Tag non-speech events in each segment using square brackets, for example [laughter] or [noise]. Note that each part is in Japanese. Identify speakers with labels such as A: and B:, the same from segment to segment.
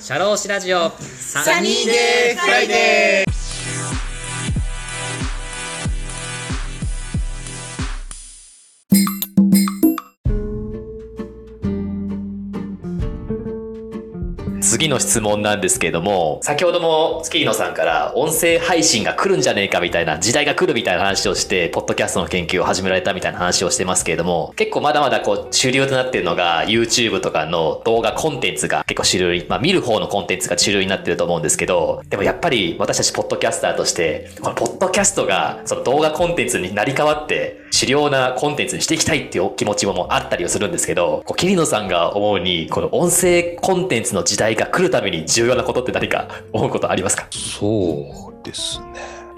A: シャローシラジオサ
B: ニーデーフライデ
A: ー次の質問なんですけれども先ほども月野さんから音声配信が来るんじゃねえかみたいな時代が来るみたいな話をしてポッドキャストの研究を始められたみたいな話をしてますけれども結構まだまだこう主流となっているのが YouTube とかの動画コンテンツが結構主流に、まあ、見る方のコンテンツが主流になってると思うんですけどでもやっぱり私たちポッドキャスターとしてこのポッドキャストがその動画コンテンツになり変わって主要なコンテンツにしていきたいっていうお気持ちももうあったりはするんですけど、こう、桐野さんが思うに、この音声コンテンツの時代が来るために重要なことって何か思うことありますか
B: そうですね。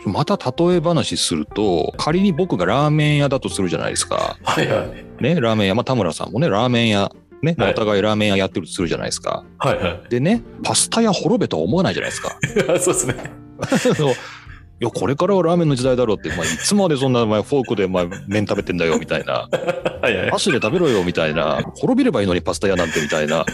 B: また例え話すると、仮に僕がラーメン屋だとするじゃないですか。
A: はいはい。
B: ね、ラーメン屋、まあ、田村さんもね、ラーメン屋、ね、
A: はい
B: お互いラーメン屋やってるとするじゃないですか。
A: はいは
B: でね、パスタ屋滅べとは思わないじゃないですか。
A: い。 [laughs] そうですね。
B: あのいや、これからはラーメンの時代だろうって、まあ、いつまでそんなお前フォークでお前麺食べてんだよみたいな、
A: はいはい。
B: 箸で食べろよみたいな、滅びればいいのにパスタ屋なんてみたいな、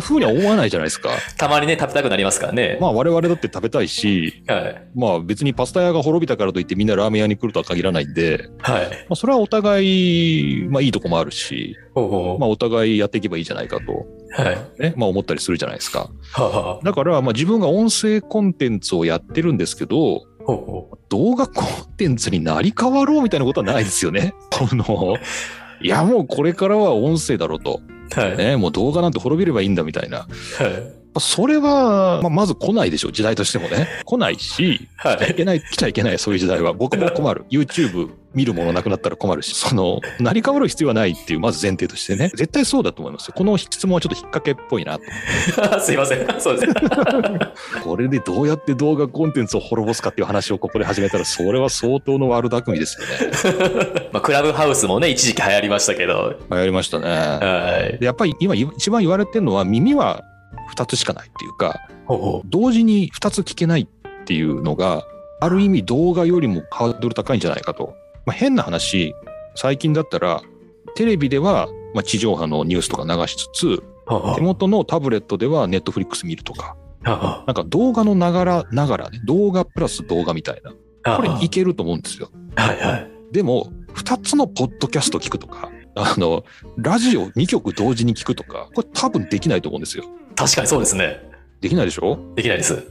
B: ふうには思わないじゃないですか。
A: たまにね、食べたくなりますからね。
B: まあ、我々だって食べたいし、
A: はい。
B: まあ別にパスタ屋が滅びたからといってみんなラーメン屋に来るとは限らないんで、
A: はい。
B: まあ、それはお互い、まあいいとこもあるし、
A: ほうほう
B: まあお互いやっていけばいいじゃないかと、
A: はい。
B: ね、まあ思ったりするじゃないですか。
A: はは
B: だからまあ自分が音声コンテンツをやってるんですけど、
A: ほうほう
B: 動画コンテンツになり変わろうみたいなことはないですよね。 [laughs] この、いやもうこれからは音声だろうと。
A: はい。はい。
B: ね、もう動画なんて滅びればいいんだみたいな。まあそれは、まあ、まず来ないでしょう。時代としてもね。来ないし、
A: はい
B: いけない、来ちゃいけない、そういう時代は。僕も困る。YouTube 見るものなくなったら困るし、その、成り変わる必要はないっていう、まず前提としてね。絶対そうだと思いますよ。この質問はちょっと引っ掛けっぽいなと。
A: すい [laughs] ません。そうですね。
B: これでどうやって動画コンテンツを滅ぼすかっていう話をここで始めたら、それは相当の悪巧みですよね。
A: [laughs] まあ、クラブハウスもね、一時期流行りましたけど。
B: やりましたね。
A: はい。
B: でやっぱり今一番言われてるのは、耳は2つしかないっていうか、
A: ほうほ
B: 同時に2つ聞けないっていうのがある意味動画よりもハードル高いんじゃないかと、まあ、変な話最近だったらテレビではまあ地上波のニュースとか流しつつ
A: う。ほうほ
B: 手
A: う
B: 元のタブレットではネットフリックス見るとか
A: はは
B: なんか動画のながらながらね動画プラス動画みたいな
A: は
B: これ
A: はい
B: けると思うんですよ
A: はいはい。
B: でも2つのポッドキャスト聞くとかあのラジオ2曲同時に聞くとかこれ多分できないと思うんですよ
A: 確かにそうですね。
B: できないでしょ
A: できないです。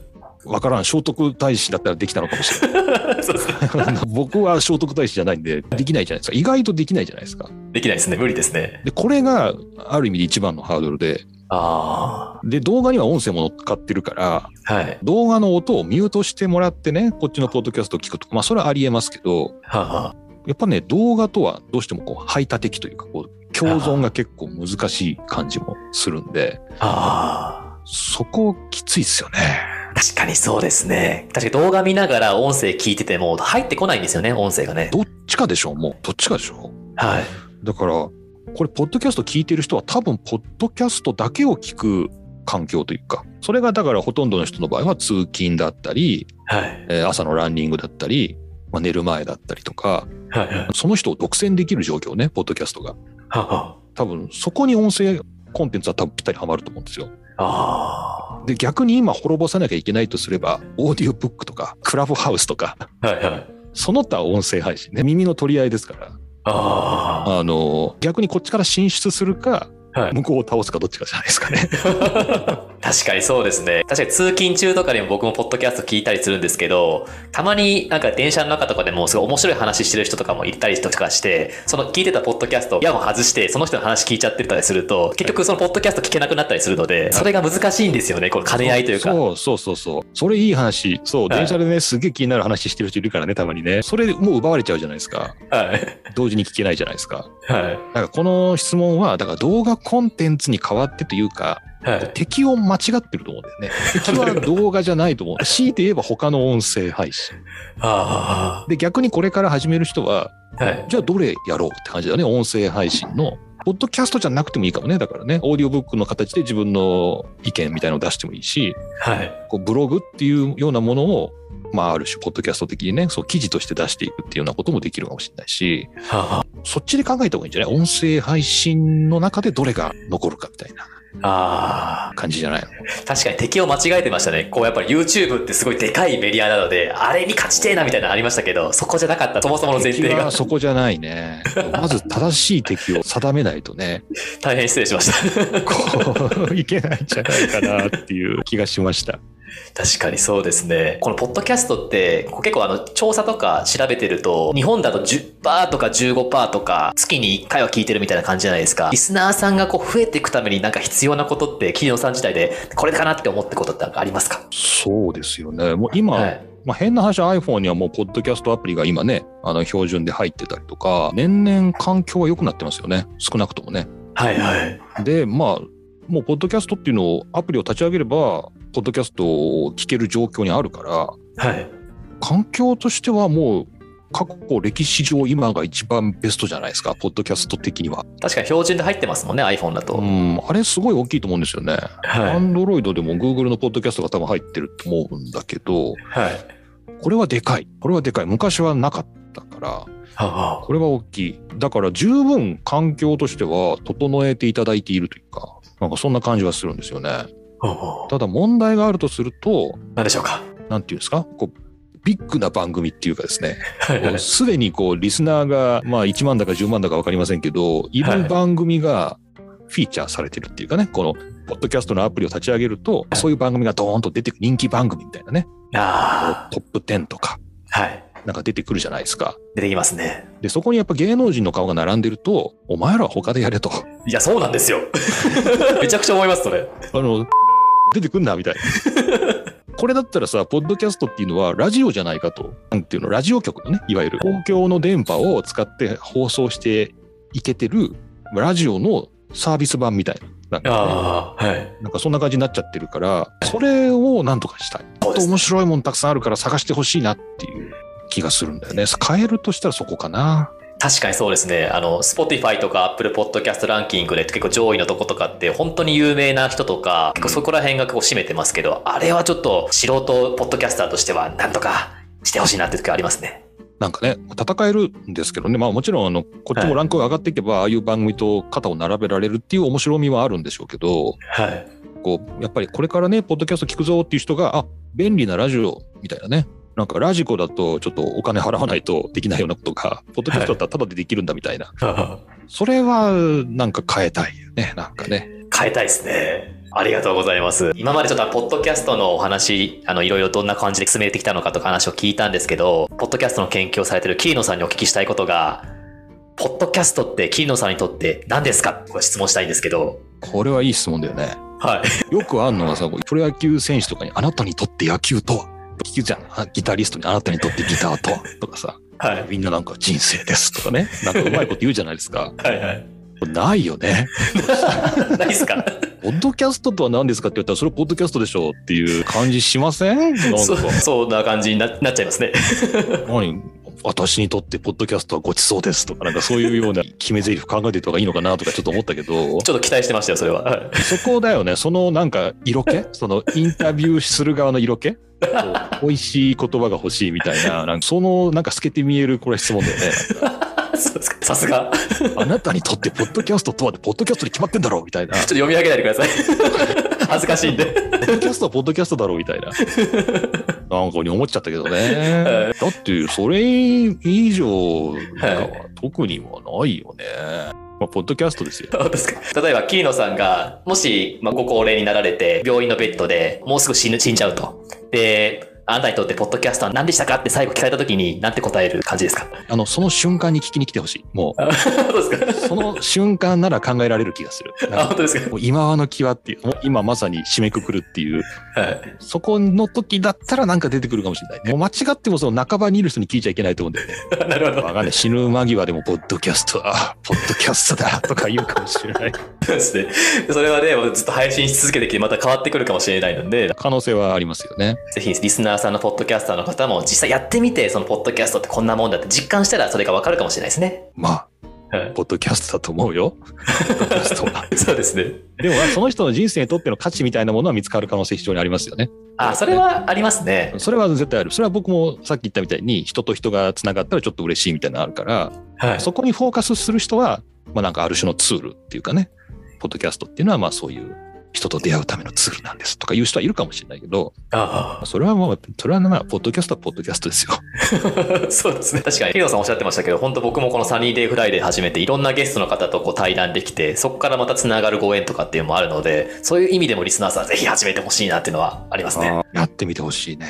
B: わからん聖徳太子だったらできたのかもしれな
A: [laughs]
B: い
A: そうですね。
B: [laughs] あの僕は聖徳太子じゃないんでできないじゃないですか意外とできないじゃないですか
A: できないですね。無理ですね。
B: でこれがある意味で一番のハードルで
A: あ
B: で動画には音声も乗っかってるから
A: あ。はい。
B: 動画の音をミュートしてもらってねこっちのポッドキャストを聞くとかまあそれはありえますけど
A: はあは
B: やっぱね動画とはどうしてもこう排他的というかこう共存が結構難しい感じもするんで
A: あ。あ
B: そこきついっすよね
A: あ。確かにそうですね。確かに動画見ながら音声聞いてても入ってこないんですよね、音声がね。
B: どっちかでしょうもうどっちかでしょう
A: はい。
B: だから、これ、ポッドキャスト聞いてる人は、多分、ポッドキャストだけを聞く環境というか、それがだから、ほとんどの人の場合は、通勤だったり、
A: はい。
B: えー朝のランニングだったり、まあ、寝る前だったりとか、
A: はい。はい
B: その人を独占できる状況ね、ポッドキャストが。
A: はあは
B: 多分、そこに音声コンテンツは多分ぴったりハマると思うんですよ。
A: あ。あ
B: で、逆に今、滅ぼさなきゃいけないとすれば、オーディオブックとか、クラブハウスとか、 [laughs]
A: あ。はいはい。
B: その他音声配信ね、耳の取り合いですから、
A: あ
B: あの、逆にこっちから進出するか、
A: あ。はい。
B: 向こうを倒すかどっちかじゃないですかね。
A: 確かにそうですね。確かに通勤中とかでも僕もポッドキャスト聞いたりするんですけど、たまになんか電車の中とかでもすごい面白い話してる人とかもいたりとかして、その聞いてたポッドキャストをイヤホン外して、その人の話聞いちゃってたりすると、結局そのポッドキャスト聞けなくなったりするので、それが難しいんですよね、この兼ね合いというか。
B: そうそうそうそうそれいい話そう
A: はい
B: 電車でねすげえ気になる話してる人いるからねたまにねそれでもう奪われちゃうじゃないですか
A: はい。
B: 同時に聞けないじゃないですか
A: はい。
B: だからこの質問はだから動画コンテンツに変わってというか
A: はい。
B: 敵を間違ってると思うんだよね敵は動画じゃない
A: [laughs]
B: と思う強いて言えば他の音声配信
A: あ
B: で逆にこれから始める人は
A: あ。はい。
B: じゃあどれやろうって感じだね音声配信のポッドキャストじゃなくてもいいかもねだからねオーディオブックの形で自分の意見みたいのを出してもいいし
A: はい。
B: こうブログっていうようなものを、まあ、ある種、ポッドキャスト的にね、そう、記事として出していくっていうようなこともできるかもしれないし、
A: はあ。
B: そっちで考えた方がいいんじゃない音声配信の中でどれが残るかみたいな。
A: ああ。
B: 感じじゃないの
A: 確かに敵を間違えてましたね。こうやっぱり YouTube ってすごいでかいメディアなので、あれに勝ちてえなみたいなのありましたけど、そこじゃなかった。そもそもの前提
B: 敵
A: が
B: はそこじゃないね。まず正しい敵を定めないとね、
A: 大変失礼しました。
B: こういけないんじゃないかなっていう気がしました。
A: 確かにそうですね。このポッドキャストって、こう結構あの、調査とか調べてると、日本だと10%とか15%とか、月に1回は聞いてるみたいな感じじゃないですか。リスナーさんがこう増えていくためになんか必要なことって、企業さん自体で、これかなって思ってことってなんかありますか
B: そうですよね。もう今、
A: はい。
B: まあ、変な話 iPhone にはもうポッドキャストアプリが今ね、あの標準で入ってたりとか、年々環境は良くなってますよね。少なくともね。
A: はいはい。
B: で、まあ、もうポッドキャストっていうのをアプリを立ち上げれば、ポッドキャストを聞ける状況にあるから、
A: はい。
B: 環境としてはもう過去歴史上今が一番ベストじゃないですかポッドキャスト的には
A: 確かに標準で入ってますもんね、iPhone だと。
B: うんあれすごい大きいと思うんですよね
A: は
B: ア
A: い。
B: ンドロイドでも Google のポッドキャストが多分入ってると思うんだけど
A: はい。
B: これはでかいこれはでかい昔はなかったから
A: はは
B: これは大きいだから十分環境としては整えていただいているというかなんかそんな感じはするんですよね
A: はは
B: ただ問題があるとすると
A: 何でしょうか
B: なんていうんですかこうビッグな番組っていうかですね
A: はいはい
B: もう。すでにこうリスナーが、まあ、1万だか10万だか分かりませんけどい
A: は
B: る
A: い
B: 番組がフィーチャーされてるっていうかねこのポッドキャストのアプリを立ち上げるとそういう番組がドーンと出てくる人気番組みたいなね
A: あ
B: トップ10とか
A: あ。はい。
B: なんか出てくるじゃないですか。
A: 出てきますね。
B: でそこにやっぱ芸能人の顔が並んでるとお前らは他でやれとあ
A: いや、そうなんですよ。 [laughs] めちゃくちゃ思います、それ。
B: の出てくんなみたいな。 [laughs] これだったらさ、ポッドキャストっていうのはラジオじゃないかと、なんていうの、ラジオ局のね、いわゆる公共の電波を使って放送していけてるラジオのサービス版みたいな、なんかね
A: ああ。はい。
B: なんかそんな感じになっちゃってるから、それをなんとかしたい。
A: そ
B: も
A: う
B: っ
A: で
B: と
A: すね
B: 面白いもんたくさんあるから探してほしいなっていう気がするんだよね。変えるとしたらそこかな。
A: 確かにそうですね。あの、Spotify とか Apple Podcast ランキングで結構上位のとことかって本当に有名な人とか、結構そこら辺がこう占めてますけど、あれはちょっと素人ポッドキャスターとしてはなんとかしてほしいなって時はありますね。
B: なんかね、戦えるんですけどね、まあ、もちろんあのこっちもランクが上がっていけば、ああいう番組と肩を並べられるっていう面白みはあるんでしょうけど、
A: はい。
B: こうやっぱりこれからね、ポッドキャスト聞くぞっていう人が、あ便利なラジオみたいなね、なんかラジコだとちょっとお金払わないとできないようなことが、ポッドキャストだったらただでできるんだみたいな、それはなんか変えたいよね、なんかね。
A: 変えたいですね。ありがとうございます。今までちょっとポッドキャストのお話、あの、いろいろどんな感じで進めてきたのかとか話を聞いたんですけど、ポッドキャストの研究をされてるキーノさんにお聞きしたいことが、ポッドキャストってキーノさんにとって何ですかこれ質問したいんですけど。
B: これはいい質問だよね。
A: はい。
B: よくあんのがさ、こうプロ野球選手とかに、あなたにとって野球とは聞くじゃん。あギタリストにあなたにとってギターとはとかさ。
A: はい。
B: みんななんか人生ですとかね、なんかうまいこと言うじゃないですか。
A: はいはい。
B: これないよね。
A: ないですか
B: ポッドキャストとは何ですかって言ったら、それポッドキャストでしょうっていう感じしませんなんか
A: そそんな感じにななっちゃいますね。
B: 何私にとってポッドキャストはごちそうですとか、なんかそういうような決め台詞考えてた方がいいのかなとかちょっと思ったけど、
A: ちょっと期待してましたよ、それは。はい
B: そこだよね、そのなんか色気そのインタビューする側の色気こう美味しい言葉が欲しいみたいな、なんかそのなんか透けて見えるこれ質問だよね。
A: そうですかさすが。ちょっ
B: あなたにとってポッドキャストとはってポッドキャストに決まってんだろうみたいな。
A: と読み上げないでください。恥ずかしいんで。
B: ポッドキャストはポッドキャストだろうみたいな。なんかに思っちゃったけどね。だって、それ以上なんかは特にはないよね。まあ、ポッドキャストですよ。
A: [laughs] どうですか例えば、キーノさんが、もし、まあ、ご高齢になられて、病院のベッドでもうすぐ死ぬ、死んじゃうと。で、あなたにとってポッドキャストは何でしたかって最後聞かれた時に、なんて答える感じですか
B: あの、その瞬間に聞きに来てほしい。も
A: どうですか
B: う、その瞬間なら考えられる気がする。
A: あ、
B: なんか
A: 本当です
B: もう今はの際っていう、もう今まさに締めくくるっていう、
A: かはい。
B: そこの時だったらなんか出てくるかもしれないね。もう間違ってもその半ばにいる人に聞いちゃいけないと思うんだよ
A: [laughs]
B: ね。
A: なるほど。
B: わかんない。死ぬ間際でも、ポッドキャストは、ポッドキャストだとか言うかもしれない。
A: そうですね。それはね、もうずっと配信し続けてきて、また変わってくるかもしれないので、
B: 可能性はありますよね。
A: ぜひリスナーさんのポッドキャスターの方も実際やってみてそのポッドキャストってこんなもんだって実感したらそれがわかるかもしれないですね。
B: まあ、
A: はい
B: ポッドキャストだと思うよ。ポッドキャストは。
A: そうですね。
B: [laughs] でも、その人の人生にとっての価値みたいなものは見つかる可能性非常にありますよね。
A: あ、それはありますね。
B: それは絶対ある。それは僕もさっき言ったみたいに、人と人がつながったらちょっと嬉しいみたいなのあるから、
A: はい。
B: そこにフォーカスする人は、まあなんかある種のツールっていうかね、ポッドキャストっていうのは、まあそういう人と出会うためのツールなんですとかいう人はいるかもしれないけど、
A: あ
B: それはまあ、それはまあ、ポッドキャストはポッドキャストですよ。
A: あ、 [laughs] そうですね。確かに、ヒロさんおっしゃってましたけど、本当僕もこのサニーデイフライデー始めて、いろんなゲストの方とこう対談できて、そこからまたつながるご縁とかっていうのもあるので、そういう意味でもリスナーさんぜひ始めてほしいなっていうのはありますね。
B: やってみてほしいね。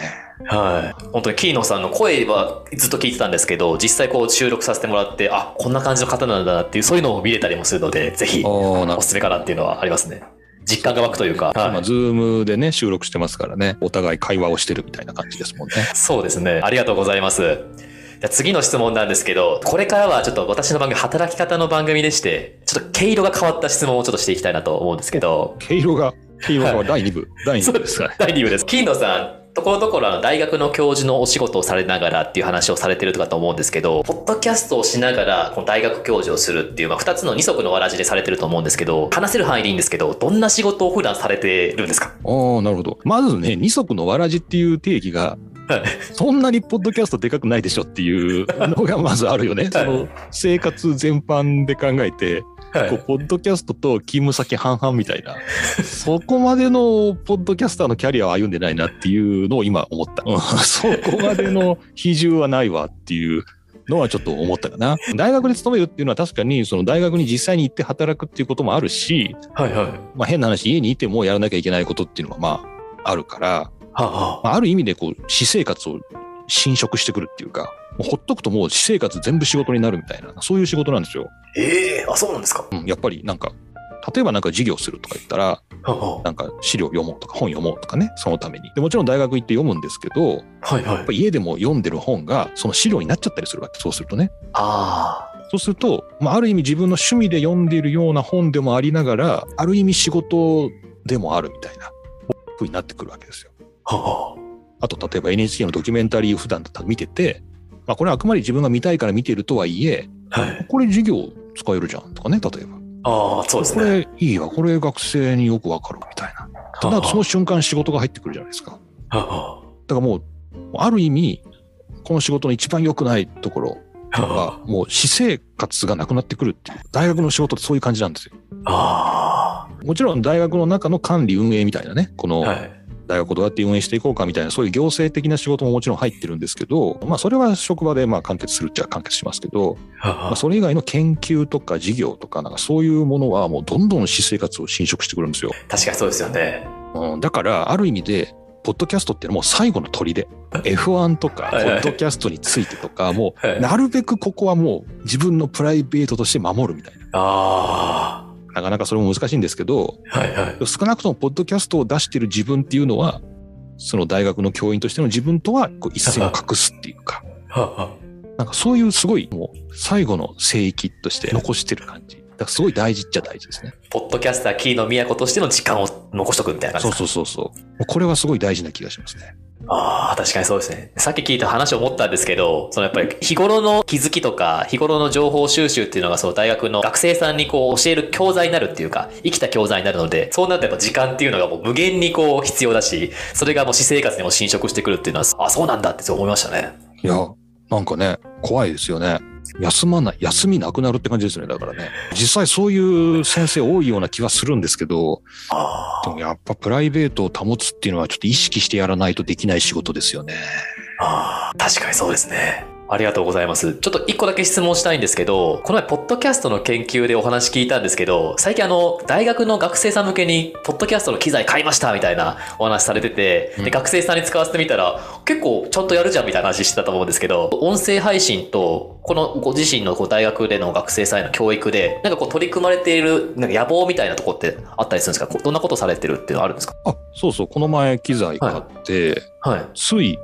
A: はい。本当にキーノさんの声はずっと聞いてたんですけど、実際こう収録させてもらって、あ、こんな感じの方なんだなっていう、そういうのを見れたりもするので、ぜひ、
B: ああ、な
A: おすすめかなっていうのはありますね。実感が湧くというか。は
B: 今、
A: い
B: ズームでね、収録してますからね、お互い会話をしてるみたいな感じですもんね。
A: そうですね。ありがとうございます。じゃあ次の質問なんですけど、これからはちょっと私の番組、働き方の番組でして、ちょっと毛色が変わった質問をちょっとしていきたいなと思うんですけど、
B: 毛色が、毛色が第2部、第2部ですからね。
A: 第2部です。金野さん、ところどころあの大学の教授のお仕事をされながらっていう話をされてるとかと思うんですけど、ポッドキャストをしながら、この大学教授をするっていう、まあ、2つの二足のわらじでされてると思うんですけど、話せる範囲でいいんですけど、どんな仕事を普段されてるんですか
B: ああ、なるほど。まずね、二足のわらじっていう定義が
A: はい、
B: そんなにポッドキャストでかくないでしょっていうのがまずあるよね。その生活全般で考えて、
A: は
B: こうポッドキャストと勤務先半々みたい [laughs] な、そこまでのポッドキャスターのキャリアは歩んでないなっていうのを今思った。うん [laughs] そこまでの比重はないわっていう。のはちょっと思ったかな大学に勤めるっていうのは確かにその大学に実際に行って働くっていうこともあるし、
A: はいはい。は
B: まあ、変な話家にいてもやらなきゃいけないことっていうのがまああるから、
A: あは
B: まあ、ある意味でこう私生活を侵食してくるっていうかもうほっとくともう私生活全部仕事になるみたいなそういう仕事なんですよ。
A: あ、ええあ、そうなんですか。
B: うん、やっぱりなんか例えばなんか授業するとか言ったら
A: はあは
B: なんか資料読もうとか本読もうとかねそのためにでもちろん大学行って読むんですけどやっ
A: あはいはい
B: ぱ。り家でも読んでる本がその資料になっちゃったりするわけそうするとね
A: あ
B: そうすると、まあ、ある意味自分の趣味で読んでいるような本でもありながらある意味仕事でもあるみたいなふうになってくるわけですよ。
A: あ、は
B: あと例えば NHK のドキュメンタリーを普段だったら見てて、まあ、これはあくまで自分が見たいから見てるとはいえ
A: あ、はい。
B: これ授業使えるじゃんとかね例えば
A: ああ、そうです
B: こ
A: ね。
B: れいいわこれ学生によくわかるみたいなただその瞬間仕事が入ってくるじゃないですかだ
A: はあは
B: からもうある意味この仕事の一番良くないところ
A: あはあ
B: はもう私生活がなくなってくるっていう大学の仕事ってそういう感じなんですよ
A: あ
B: もちろん大学の中の管理運営みたいなねこ
A: あ、
B: の
A: はい。
B: 大学をどうやって運営していこうかみたいなそういう行政的な仕事ももちろん入ってるんですけど、まあ、それは職場でまあ完結するっちゃ完結しますけど、
A: は
B: まあ、それ以外の研究とか事業とかなんかそういうものはもうどんどん私生活を侵食してくるんですよ、
A: 確かにそうですよね。
B: うん、だからある意味でポッドキャストっていうのはもう最後の砦 F1 とかポ
A: はいはい
B: ッドキャストについて
A: [laughs]
B: とかも
A: は
B: う
A: い、あ
B: なるべくここはもう自分のプライベートとして守るみたいな
A: あ
B: なかなかそれも難しいんですけど
A: ー、はいはい。
B: 少なくともポッドキャストを出してる自分っていうのはその大学の教員としての自分とはこう一線を画すっていうか
A: はあは
B: なんかそういうすごいもう最後の聖域として残してる感じだからすごい大事っちゃ大事ですね
A: あポッドキャスターキーの都としての時間を残しとくみたいな
B: そ
A: 感
B: う
A: じ
B: そうそうそうもうこれはすごい大事な気がしますね
A: ああ、確かにそうですね。さっき聞いた話を思ったんですけど、そのやっぱり日頃の気づきとか、日頃の情報収集っていうのが、その大学の学生さんにこう教える教材になるっていうか、生きた教材になるので、そうなるとやっぱ時間っていうのがもう無限にこう必要だし、それがもう私生活にも侵食してくるっていうのは、あ、そうなんだってそう思いましたね。
B: いやなんかね怖いですよね休まない休みなくなるって感じですねだからね実際そういう先生多いような気はするんですけど
A: あ
B: でもやっぱプライベートを保つっていうのはちょっと意識してやらないとできない仕事ですよね
A: あ、確かにそうですね。ありがとうございます。ちょっと一個だけ質問したいんですけど、この前、ポッドキャストの研究でお話聞いたんですけど、最近あの、大学の学生さん向けに、ポッドキャストの機材買いましたみたいなお話されてて、
B: うん
A: で、学生さんに使わせてみたら、結構ちゃんとやるじゃんみたいな話してたと思うんですけど、音声配信と、このご自身のこう大学での学生さんへの教育で、なんかこう取り組まれている、なんか野望みたいなとこってあったりするんですかこうどんなことされてるっていうのはあるんですか
B: あそうそうこの前機材買って、
A: はい。
B: つい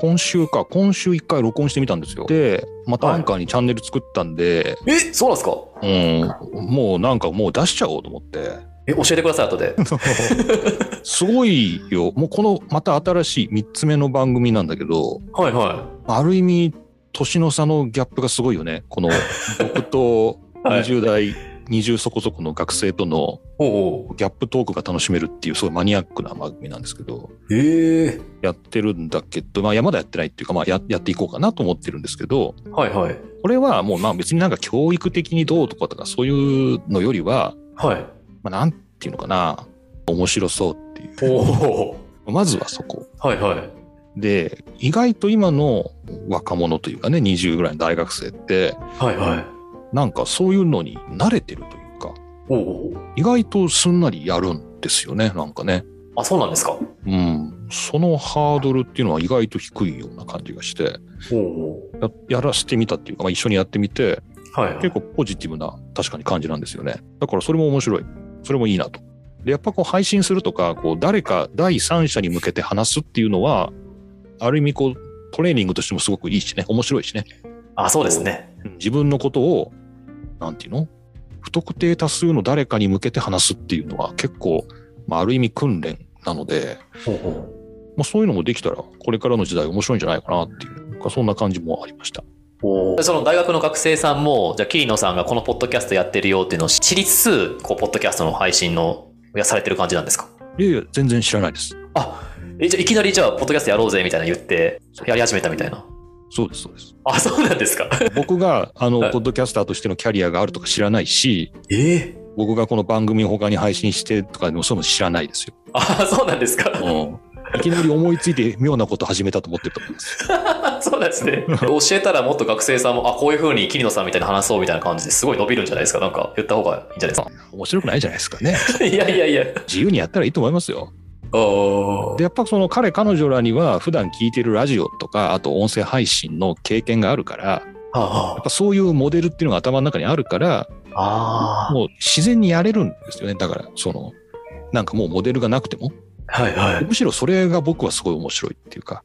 B: 今週か今週一回録音してみたんですよでまたアンカーにチャンネル作ったんで、
A: え、そうなんですか
B: うんもうなんかもう出しちゃおうと思って
A: え、教えてください、後で。
B: [laughs] すごいよもうこのまた新しい3つ目の番組なんだけど
A: [laughs] はいはい。
B: ある意味年の差のギャップがすごいよねこの僕と
A: [laughs] はい
B: 20代、20そこそこの学生との
A: おお
B: ギャップトークが楽しめるっていうすごいマニアックな番組なんですけど
A: へえ
B: やってるんだけど、まあ、いやまだやってないっていうか、まあ、ややっていこうかなと思ってるんですけど
A: はいはい
B: これはもうまあ別になんか教育的にどうとかとかそういうのよりは、
A: はい
B: まあまあ、なんていうのかな、面白そうっていう。
A: おお。
B: まずはそこ。
A: はいはい。
B: で、意外と今の若者というかね、20ぐらいの大学生って、
A: はいはい。
B: なんかそういうのに慣れてるというか、
A: おお。
B: 意外とすんなりやるんですよね、なんかね。
A: あ、そうなんですか。
B: うん。そのハードルっていうのは意外と低いような感じがして、
A: おお。
B: ややらせてみたっていうか、まあ、一緒にやってみて、
A: はい、はい。
B: 結構ポジティブな確かに感じなんですよね。だからそれも面白い。それもいいなと。で、やっぱこう配信するとか、こう誰か第三者に向けて話すっていうのは、ある意味こうトレーニングとしてもすごくいいしね、面白いしね。
A: あ、そうですね。
B: うん自分のことを、なんていうの不特定多数の誰かに向けて話すっていうのは結構、まあ、ある意味訓練なので、
A: おお。
B: まあ、そういうのもできたら、これからの時代面白いんじゃないかなっていうか、そんな感じもありました。
A: おお。その大学の学生さんも、じゃあ、桐野さんがこのポッドキャストやってるよっていうのを知りつつ、こう、ポッドキャストの配信の、やされてる感じなんですか
B: いやいや、全然知らないです。
A: あ、え、じゃあ、いきなりじゃあ、ポッドキャストやろうぜみたいな言って、やり始めたみたいな。
B: そうです、そうです。
A: あ、そうなんですか。
B: 僕が、あの、
A: [laughs] はい
B: ポッドキャスターとしてのキャリアがあるとか知らないし、
A: ええ
B: 僕がこの番組を他に配信してとかでもそういうの知らないですよ。
A: あ、そうなんですか。
B: うん。いきなり思いついて妙なこと始めたと思ってると思います。
A: そうなんですね。教えたらもっと学生さんも、あ、こういう風に桐野さんみたいに話そうみたいな感じですごい伸びるんじゃないですか。なんか言った方がいいんじゃないで
B: 面白くないじゃないですかね。
A: すか。いやいやいや。
B: 自由にやったらいいと思いますよ。
A: お
B: で、やっぱその彼、彼女らには普段聞いてるラジオとか、あと音声配信の経験があるから、やっ
A: あ
B: ぱそういうモデルっていうのが頭の中にあるから、
A: あ
B: もう自然にやれるんですよね。だから、その、なんかもうモデルがなくても。
A: はいはい。
B: むしろそれが僕はすごい面白いっていうか、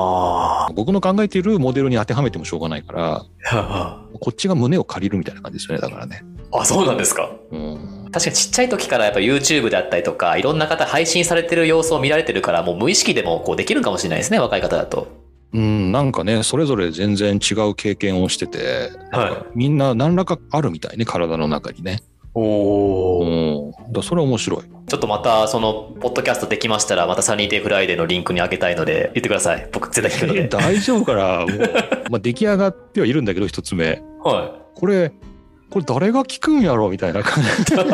A: あ
B: 僕の考えているモデルに当てはめてもしょうがないから、
A: あ。
B: こっちが胸を借りるみたいな感じですよね、だからね。
A: あ、そうなんですか。
B: うん。
A: 確かにちっちゃい時からやっぱ YouTube だったりとか、いろんな方配信されてる様子を見られてるから、もう無意識でもこうできるかもしれないですね、若い方だと。
B: うん、なんかね、それぞれ全然違う経験をしてて、
A: は
B: みんな何らかあるみたいね、体の中にね。
A: い。お
B: う。ん。だからそれは面白い。
A: ちょっとまた、その、ポッドキャストできましたら、またサニーデイフライデーのリンクにあげたいので、言ってください。僕絶対聞くので。
B: 大丈夫から、もう、まあ出来上がってはいるんだけど、一つ目。
A: は
B: これ、これ誰が聞くんやろみたいな感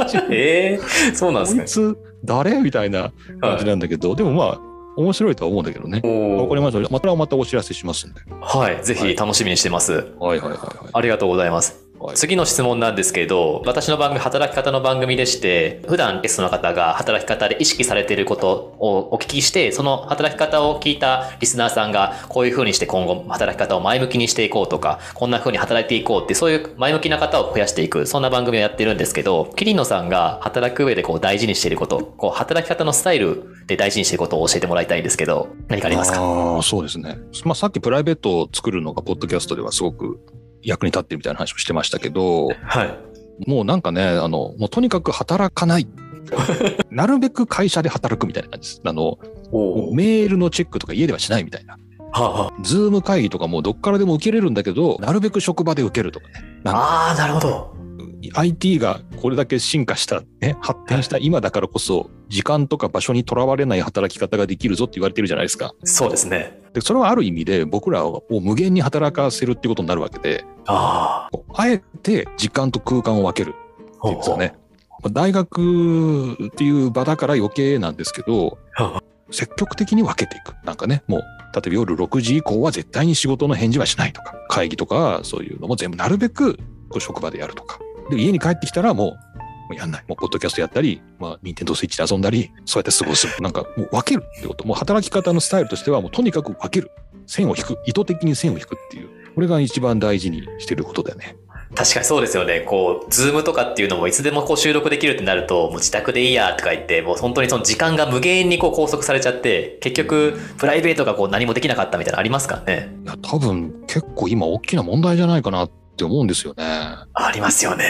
B: じ。
A: い。ええそうなんで
B: こ
A: す
B: い
A: ね。
B: つ誰みたいな感じなんだけど、でもまあ、面白いとは思うんだけどね。わかりました。またまたお知らせしますんで。
A: はい、ぜひ楽しみにしてます。
B: はいはいはいはい。
A: ありがとうございます。
B: はい
A: 次の質問なんですけど、私の番組、働き方の番組でして、普段ゲストの方が働き方で意識されていることをお聞きして、その働き方を聞いたリスナーさんが、こういう風にして今後働き方を前向きにしていこうとか、こんな風に働いていこうって、そういう前向きな方を増やしていく、そんな番組をやってるんですけど、桐野さんが働く上でこう大事にしていること、こう働き方のスタイルで大事にしていることを教えてもらいたいんですけど、何かありますか
B: ああ、そうですね。まあ、さっきプライベートを作るのが、ポッドキャストではすごく役に立ってるみたいな話をしてましたけど、
A: はい。
B: もうなんかね、あの、もうとにかく働か [laughs] ない。なるべく会社で働くみたいな感じです。あの、もうメールのチェックとか家ではしないみたいな。
A: はあは
B: ズーム会議とかもうどっからでも受けれるんだけど、なるべく職場で受けるとかね。なんか
A: あ、あーなるほど。
B: IT がこれだけ進化した、ね、発展した今だからこそ、時間とか場所にとらわれない働き方ができるぞって言われてるじゃないですか。
A: そうですね。
B: でそれはある意味で僕らを無限に働かせるってことになるわけで
A: あ
B: こうあえて時間と空間を分けるっていうんですよね。まあ大学っていう場だから余計なんですけど
A: ほうほ
B: 積極的に分けていくなんかねもう例えば夜6時以降は絶対に仕事の返事はしないとか会議とかそういうのも全部なるべくこう職場でやるとかで家に帰ってきたらもうもうやんないもうポッドキャストやったり、まあ、任天堂スイッチで遊んだりそうやって過ごすなんかもう分けるってこともう働き方のスタイルとしてはもうとにかく分ける線を引く意図的に線を引くっていうこれが一番大事にしてることだよね。
A: 確かにそうですよね。こう、ズームとかっていうのもいつでもこう収録できるってなると、もう自宅でいいやとか言って、もう本当にその時間が無限にこう拘束されちゃって、結局、プライベートがこう何もできなかったみたいなのありますからね。
B: いや多分結構今大きな問題じゃないかなって思うんですよね。
A: ありますよね。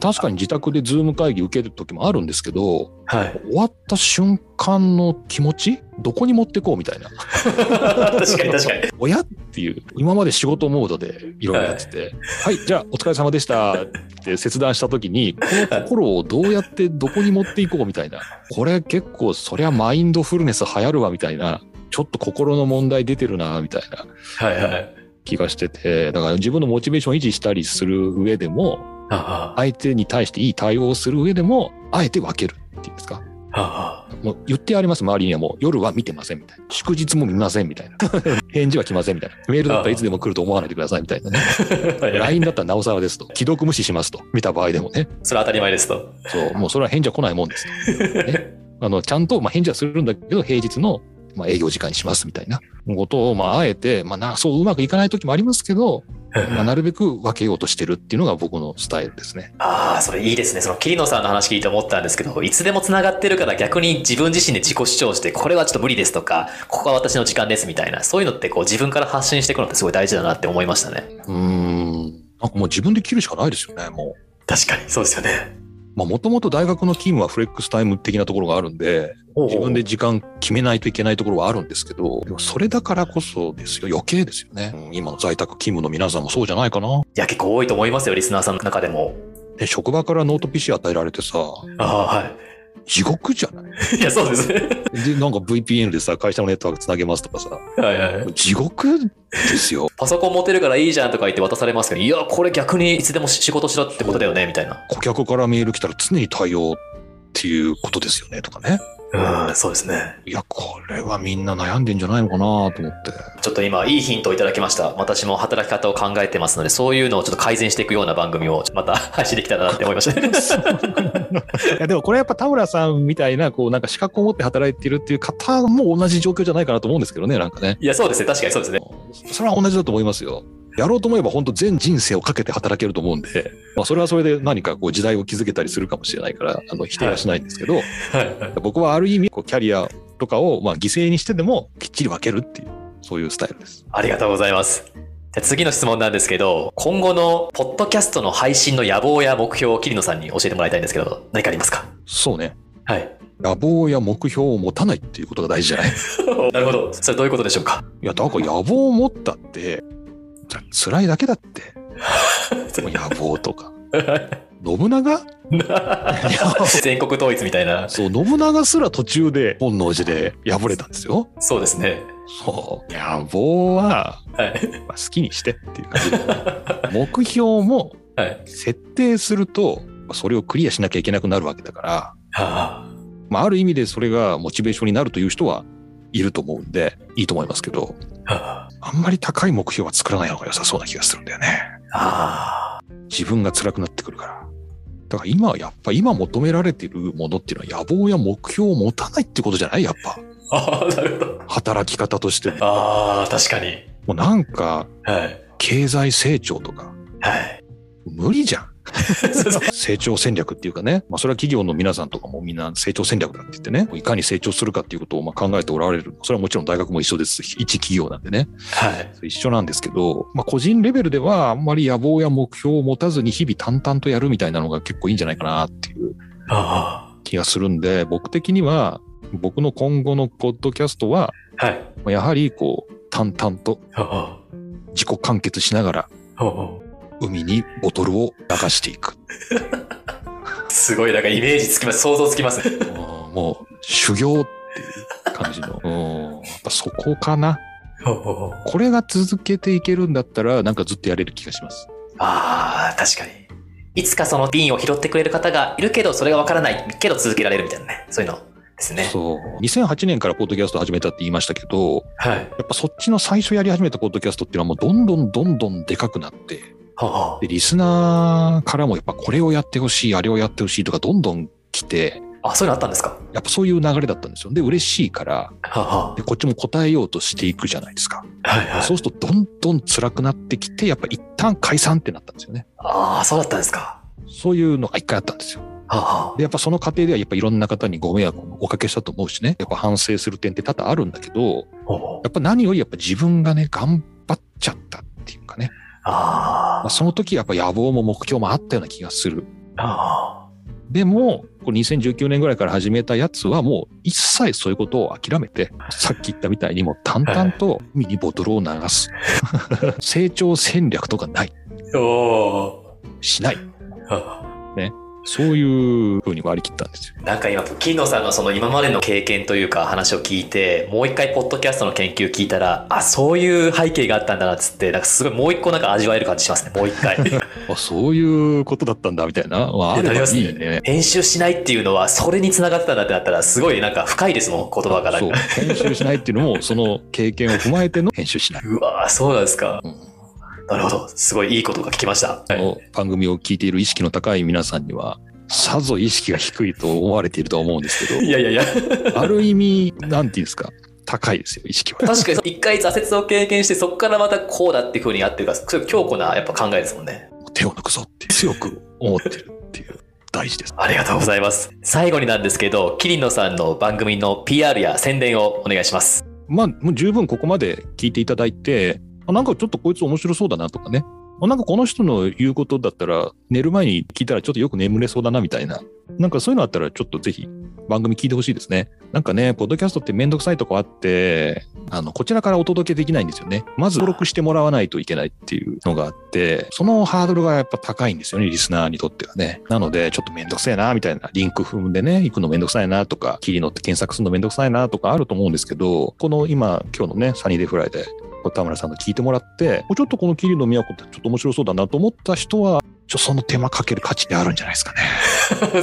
B: 確かに自宅でズーム会議受ける時もあるんですけど
A: はい。
B: 終わった瞬間の気持ちどこに持ってこうみたい
A: [laughs]
B: な [laughs]
A: 確かに確かに。
B: おやっていう今まで仕事モードでいろいろやってて「はい、じゃあお疲れ様でした」って切断した時にこの心をどうやってどこに持っていこうみたいなこれ結構そりゃマインドフルネス流行るわみたいなちょっと心の問題出てるなみたいな
A: はいはい。
B: 気がしててだから自分のモチベーションを維持したりする上でも
A: あ
B: 相手に対していい対応をする上でも、あえて分けるっていうんですか。
A: ああ
B: もう言ってあります、周りにはもう夜は見てませんみたいな。祝日も見ませんみたいな。 [laughs] 返事は来ませんみたいな。メールだったらいつでも来ると思わないでくださいみたいなね。
A: あ
B: LINE だったらなおさらですと。既読無視しますと。見た場合でもね。
A: [laughs] それ当たり前ですと。
B: そう、もうそれは返事は来ないもんですと。ね、あのちゃんとまあ返事はするんだけど、平日のまあ営業時間にしますみたいなことを、まあ、あえて、まあな、そううまくいかない時もありますけど、まあ、なるべく分けようとしてるっていうのが僕のスタイルですね。
A: ああ、それいいですね。その、桐野さんの話聞いて思ったんですけど、いつでも繋がってるから逆に自分自身で自己主張して、これはちょっと無理ですとか、ここは私の時間ですみたいな、そういうのってこう自分から発信していくのってすごい大事だなって思いましたね。
B: うーん。なんかもう自分で切るしかないですよね、もう。
A: 確かに、そうですよね。
B: まあ、もともと大学の勤務はフレックスタイム的なところがあるんで、自分で時間決めないといけないところはあるんですけど、でもそれだからこそですよ、余計ですよね。うん今の在宅勤務の皆さんもそうじゃないかな。
A: いや、結構多いと思いますよ、リスナーさんの中でも。
B: で職場からノート PC 与えられてさ、
A: ああ、は
B: 地獄じゃない
A: [laughs] い。いや、そうですね。
B: で、なんか VPN でさ、会社のネットワークつなげますとかさ、
A: はいはい。
B: 地獄ですよ。
A: パソコン持てるからいいじゃんとか言って渡されますけど、いや、これ逆にいつでも仕事しろってことだよね、みたいな。
B: 顧客からメール来たら常に対応っていうことですよね、とかね。
A: うん、そうですね。
B: いや、これはみんな悩んでんじゃないのかなと思って。
A: ちょっと今、いいヒントをいただきました。私も働き方を考えてますので、そういうのをちょっと改善していくような番組を、また配信できたらなって思いましたね。 [laughs]
B: いやでもこれやっぱ田村さんみたいな、こうなんか資格を持って働いてるっていう方も同じ状況じゃないかなと思うんですけどね、なんかね。
A: いや、そうですね。確かにそうですね。
B: それは同じだと思いますよ。やろうと思えば本当全人生をかけて働けると思うんで、まあ、それはそれで何かこう時代を築けたりするかもしれないから、あの否定はしないんですけど、
A: はいはい。
B: 僕はある意味こうキャリアとかをまあ犠牲にしてでもきっちり分けるっていう、そういうスタイルです。
A: ありがとうございます。じゃあ次の質問なんですけど、今後のポッドキャストの配信の野望や目標を桐野さんに教えてもらいたいんですけど、何かありますか
B: そうね。
A: はい。
B: 野望や目標を持たないっていうことが大事じゃない
A: [laughs]
B: い
A: なるほど。それどういうことでしょうか
B: や、だから野望を持ったって、辛いだけだって。もう野望とか。信長
A: [laughs] 全国統一みたいな。
B: そう、信長すら途中で本能寺で敗れたんですよ。
A: そうですね。
B: そう。野望は、
A: はい。
B: まあ、好きにしてっていう感じで。目標も
A: はい。
B: 設定すると、それをクリアしなきゃいけなくなるわけだから、
A: はあ
B: まあ、ある意味でそれがモチベーションになるという人はいると思うんで、いいと思いますけど、
A: はあ。
B: あんまり高い目標は作らない方が良さそうな気がするんだよね。
A: ああ。
B: 自分が辛くなってくるから。だから今はやっぱ今求められてるものっていうのは野望や目標を持たないってことじゃないやっぱ。
A: ああ、なるほど。
B: 働き方として。
A: ああ、確かに。
B: もうなんか、
A: はい。
B: 経済成長とか、
A: はい。
B: 無理じゃん。
A: そうです
B: 成長戦略っていうかね、まあ、それは企業の皆さんとかもみんな成長戦略だって言ってね、いかに成長するかっていうことをまあ考えておられる。それはもちろん大学も一緒です。一企業なんでね。
A: はい。
B: 一緒なんですけど、まあ、個人レベルではあんまり野望や目標を持たずに日々淡々とやるみたいなのが結構いいんじゃないかなっていう
A: あ
B: 気がするんで、僕的には、僕の今後のポッドキャストは、
A: あ。はい。
B: まあやはりこう、淡々と
A: あ
B: 自己完結しながら
A: あ。あ
B: 海にボトルを流していく。 [laughs]
A: あすごい、なんかイメージつきます。想像つきます。
B: うんもう修行っていう感じの。うんやっぱそこかな。
A: あ
B: これが続けていけるんだったら、なんかずっとやれる気がします。
A: あ、確かに。いつかその瓶を拾ってくれる方がいるけど、それがわからないけど続けられるみたいなね。そういうのですね。
B: そう。2008年からポッドキャスト始めたって言いましたけど、
A: はい。
B: やっぱそっちの最初やり始めたポッドキャストっていうのはもうどんどんどんどんでかくなって、
A: は
B: で、リスナーからもやっぱこれをやってほしい、あれをやってほしいとかどんどん来て、
A: あ。あ、そういうのあったんですか
B: やっぱそういう流れだったんですよ。で、嬉しいから、
A: は
B: で、こっちも答えようとしていくじゃないですか。
A: あ。はいは
B: そうするとどんどん辛くなってきて、やっぱ一旦解散ってなったんですよね。
A: ああ、そうだったんですか。
B: そういうのが一回あったんですよ。
A: はあ。
B: で、やっぱその過程ではやっぱいろんな方にご迷惑をおかけしたと思うしね、やっぱ反省する点って多々あるんだけど、
A: は
B: やっぱ何よりやっぱ自分がね、頑張っちゃったっていうかね、
A: あ。
B: ま
A: あ
B: あ、その時やっぱ野望も目標もあったような気がする。
A: あ。
B: でも、これ2019年ぐらいから始めたやつはもう一切そういうことを諦めて、さっき言ったみたいにもう淡々と海にボトルを流す。 [laughs] 成長戦略とかない。
A: おお。
B: しない。
A: はあ
B: ね。そういう風に割り切ったんですよ。
A: なんか今、金野さんのその今までの経験というか話を聞いて、もう一回ポッドキャストの研究聞いたら、あ、そういう背景があったんだなっつって、なんかすごいもう一個なんか味わえる感じしますね、もう一 [laughs] 回。
B: あそういうことだったんだみたいな。まあ、あればいいね。
A: 編集しないっていうのは、それにつながってたんだってなったら、すごいなんか深いですもん、言葉から。
B: そ
A: う
B: う編集しないっていうのもその経験を踏まえての編集しない、
A: わーそうなんですか。
B: うん
A: なるほど。すごいいいことが聞きました。
B: この番組を聞いている意識の高い皆さんにはさぞ意識が低いと思われていると思うんですけ
A: いやいやいや。
B: どある意味なんていうんですか高いですよ意識は。
A: 確かに一回挫折を経験してそこからまたこうだっていうふうにやってるからすごい強固なやっぱ考えですもんね
B: 手を抜くぞって強く思ってるっていう大事です。
A: ありがとうございます最後になんですけどキリノさんの番組の PR や宣伝をお願いします
B: まあもう十分ここまで聞いていただいてあなんかちょっとこいつ面白そうだなとかねあなんかこの人の言うことだったら寝る前に聞いたらちょっとよく眠れそうだなみたいななんかそういうのあったらちょっとぜひ番組聞いてほしいですねなんかねポッドキャストってめんどくさいとこあってあのこちらからお届けできないんですよねまず登録してもらわないといけないっていうのがあってそのハードルがやっぱ高いんですよねリスナーにとってはねなのでちょっとめんどくせえなみたいなリンク踏んでね行くのめんどくさいなとか切りのって検索するのめんどくさいなとかあると思うんですけどこの今今日のねサニーデイフライで田村さんの聞いてもらってもうちょっとこの桐野都ってちょっと面白そうだなと思った人はちょその手間かける価値ってあるんじゃないですか ね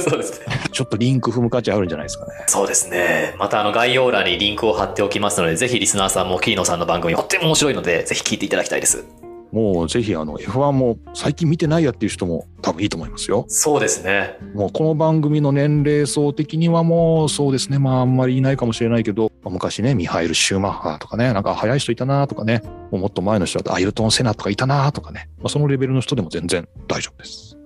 A: [laughs] そうですね
B: ちょっとリンク踏む価値あるんじゃないですかね
A: そうですねまたあの概要欄にリンクを貼っておきますのでぜひリスナーさんもキリノさんの番組とっても面白いのでぜひ聞いていただきたいです
B: もうぜひあの F1 も最近見てないやっていう人も多分いいと思いますよ。
A: そうですね
B: もうこの番組の年齢層的にはもうそうですね、まああんまりいないかもしれないけど、まあ昔ね、ミハイル・シューマッハとかね、なんか早い人いたなとかね、もうもっと前の人だとアイルトン・セナとかいたなとかね、まあ、そのレベルの人でも全然大丈夫です。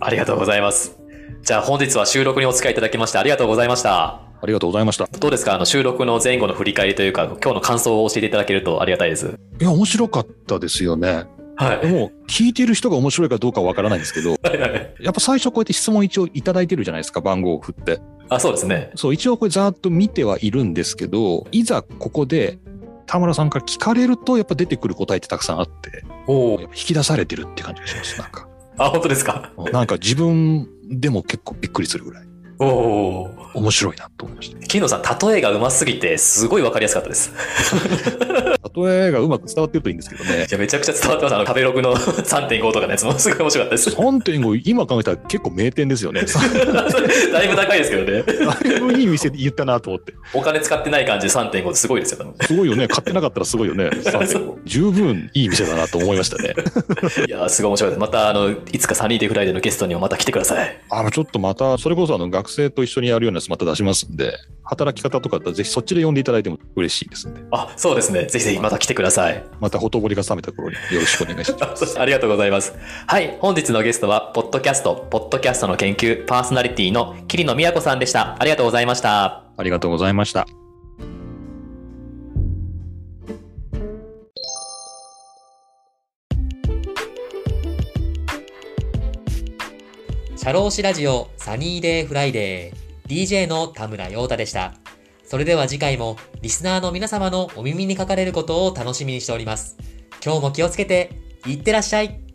A: ありがとうございますじゃあ本日は収録にお付き合いいただきましてありがとうございました
B: ありがとうございました。
A: どうですかあの収録の前後の振り返りというか今日の感想を教えていただけるとありがたいです
B: いや、面白かったですよね。
A: はい
B: でも、聞いてる人が面白いかどうかわからないんですけど、
A: はいはい
B: やっぱ最初こうやって質問一応いただいてるじゃないですか、番号を振って。
A: [laughs] あ、そうですね。
B: そう、一応これざーっと見てはいるんですけど、いざここで田村さんから聞かれると、やっぱ出てくる答えってたくさんあって、
A: おお
B: やっ。ぱ引き出されてるって感じがします。なんか、
A: あ、本当ですか。
B: なんか自分でも結構びっくりするぐらい
A: おお。
B: 面白いなと思いました。
A: 金野さん、例えがうますぎて、すごいわかりやすかった [laughs] です。
B: 例えがうまく伝わってるといいんですけどね
A: い。や、めちゃくちゃ伝わってます。あの、食べログの [laughs] 3.5とかのやつもす [laughs] ごい面白かったです。
B: 3.5今考えたら結構名店ですよね。
A: だいぶ高いですけどね。
B: だいぶいい店で言ったなと思って。
A: お金使ってない感じで3.5ってすごいですよ、多分
B: すごいよね。買ってなかったらすごいよね。3.5十分いい店だなと思いましたね。
A: [laughs] いやー、すごい面白いです。また、あの、いつかサニーデイフライデーのゲストにもまた来てください。
B: あの、ちょっとまた、それこそあの学生と一緒にやるようなやつまた出しますんで、働き方とかだったらぜひそっちで呼んでいただいても嬉しいですんで、
A: あ、そうですね。ぜひぜひまた来てください。
B: またほとぼりが冷めた頃によろしくお願いします。
A: そしてありがとうございます。はい、本日のゲストは、ポッドキャスト、ポッドキャストの研究、パーソナリティの桐野都さんでした。ありがとうございました。
B: ありがとうございました。
C: シャローシラジオサニーデイフライデー DJ の田村陽太でした。それでは次回もリスナーの皆様のお耳にかかれることを楽しみにしております。今日も気をつけていってらっしゃい